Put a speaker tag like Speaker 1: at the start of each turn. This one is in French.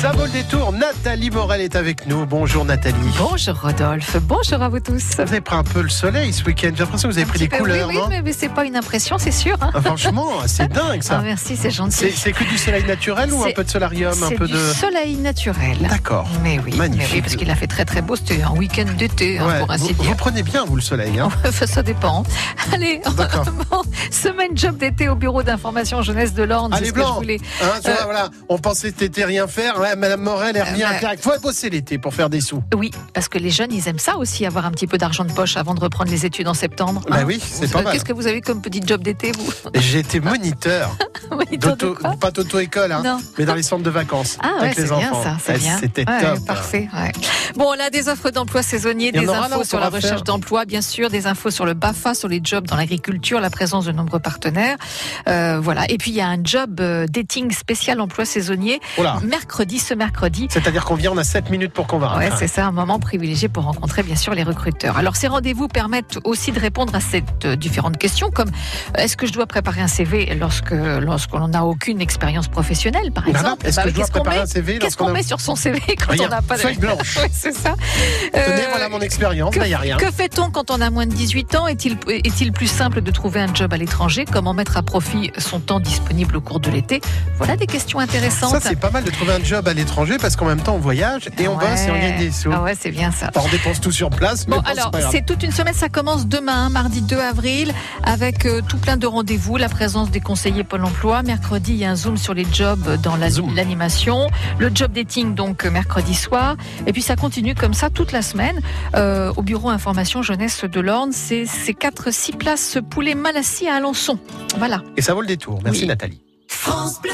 Speaker 1: Ça vaut le détour. Nathalie Morel est avec nous. Bonjour Nathalie.
Speaker 2: Bonjour Rodolphe, bonjour à vous tous.
Speaker 1: Vous avez pris un peu le soleil ce week-end. J'ai l'impression que vous avez pris
Speaker 2: Petit
Speaker 1: des
Speaker 2: peu,
Speaker 1: couleurs,
Speaker 2: oui, oui,
Speaker 1: non
Speaker 2: mais, mais c'est pas une impression, c'est sûr. hein.
Speaker 1: Ah, Franchement, c'est dingue
Speaker 2: Ah,
Speaker 1: ça.
Speaker 2: merci, c'est
Speaker 1: C'est
Speaker 2: gentil.
Speaker 1: c'est que du soleil naturel ou un
Speaker 2: C'est-
Speaker 1: peu de solarium, un
Speaker 2: C'est
Speaker 1: peu
Speaker 2: du
Speaker 1: de.
Speaker 2: soleil naturel.
Speaker 1: D'accord.
Speaker 2: Mais oui,
Speaker 1: Magnifique.
Speaker 2: mais oui, parce qu'il a fait très très beau. C'était un week-end d'été, hein,
Speaker 1: Ouais,
Speaker 2: pour ainsi
Speaker 1: vous, vous
Speaker 2: dire.
Speaker 1: prenez bien vous le soleil, hein
Speaker 2: Enfin, Ça dépend. Allez,
Speaker 1: D'accord.
Speaker 2: bon, semaine job d'été au bureau d'information jeunesse de l'Orne.
Speaker 1: Ah,
Speaker 2: c'est
Speaker 1: les
Speaker 2: ce que je
Speaker 1: Blancs.
Speaker 2: voulais.
Speaker 1: Hein, tu vois,
Speaker 2: Euh,
Speaker 1: voilà, on pensait cet été rien faire. Ouais, Madame Morel, elle revient
Speaker 2: Euh,
Speaker 1: à
Speaker 2: bah-
Speaker 1: Clairac. Faut bosser l'été pour faire des sous.
Speaker 2: Oui, parce que les jeunes, ils aiment ça aussi, avoir un petit peu d'argent de poche avant de reprendre les études en septembre.
Speaker 1: Bah
Speaker 2: hein.
Speaker 1: oui, c'est
Speaker 2: Vous-
Speaker 1: pas mal.
Speaker 2: Qu'est-ce que vous avez comme petit job d'été, vous
Speaker 1: J'ai été moniteur
Speaker 2: Oui, dans Ah. de
Speaker 1: d'auto,
Speaker 2: quoi
Speaker 1: pas d'auto-école, hein,
Speaker 2: Non.
Speaker 1: mais dans les centres de vacances
Speaker 2: Ah ouais,
Speaker 1: avec
Speaker 2: c'est
Speaker 1: les
Speaker 2: bien
Speaker 1: enfants.
Speaker 2: ça, c'est
Speaker 1: Eh,
Speaker 2: bien.
Speaker 1: C'était
Speaker 2: Ouais,
Speaker 1: top.
Speaker 2: ouais, parfait. ouais. Bon, là, des offres d'emploi saisonniers,
Speaker 1: Il y en
Speaker 2: des
Speaker 1: aura là, on
Speaker 2: infos sur la
Speaker 1: pourra faire.
Speaker 2: recherche d'emploi, bien sûr, des infos sur le BAFA, sur les jobs dans l'agriculture, la présence de nombreux partenaires. Euh, voilà. Et puis, il y a un job euh, dating spécial emploi saisonnier,
Speaker 1: Voilà.
Speaker 2: mercredi, ce mercredi.
Speaker 1: C'est-à-dire qu'on vient, on a 7 minutes pour convaincre.
Speaker 2: Ouais, c'est ça, un moment privilégié pour rencontrer bien sûr les recruteurs. Alors ces rendez-vous permettent aussi de répondre à ces euh, différentes questions comme euh, est-ce que je dois préparer un CV lorsque lorsqu'on n'a aucune expérience professionnelle par
Speaker 1: Nana,
Speaker 2: exemple
Speaker 1: est-ce
Speaker 2: Bah,
Speaker 1: que je dois
Speaker 2: qu'est-ce qu'on
Speaker 1: préparer
Speaker 2: met
Speaker 1: un CV
Speaker 2: Qu'est-ce
Speaker 1: lorsqu'on
Speaker 2: qu'on
Speaker 1: a-
Speaker 2: met sur son CV quand
Speaker 1: Rien.
Speaker 2: on n'a pas de...
Speaker 1: Feuille blanche.
Speaker 2: Ouais, c'est ça.
Speaker 1: Tenez,
Speaker 2: Euh,
Speaker 1: voilà mon expérience.
Speaker 2: que-
Speaker 1: Là, il n'y a rien.
Speaker 2: Que fait-on quand on a moins de 18 ans Est-il est-il plus simple de trouver un job à l'étranger Comment mettre à profit son temps disponible au cours de l'été Voilà des questions
Speaker 1: Ça,
Speaker 2: intéressantes.
Speaker 1: c'est pas mal de trouver un job à l'étranger parce qu'en même temps, on voyage et on bosse et on
Speaker 2: Ouais.
Speaker 1: gagne des sous.
Speaker 2: Ah ouais, c'est bien ça.
Speaker 1: Enfin, on dépense tout sur place, mais
Speaker 2: Bon,
Speaker 1: bon, c'est
Speaker 2: alors,
Speaker 1: pas grave.
Speaker 2: c'est toute une semaine, ça commence demain, hein, mardi 2 avril, avec euh, tout plein de rendez-vous, la présence des conseillers Pôle emploi. Mercredi, il y a un zoom sur les jobs dans la-
Speaker 1: Zoom.
Speaker 2: l'animation. Le job dating, donc, euh, mercredi soir. Et puis, ça continue comme ça toute la semaine. Euh, au bureau information jeunesse de l'Orne, c'est 4-6 places poulet Malassis à Alençon. Voilà.
Speaker 1: Et ça vaut le détour. Merci,
Speaker 2: Oui.
Speaker 1: Nathalie.
Speaker 3: France Bleu.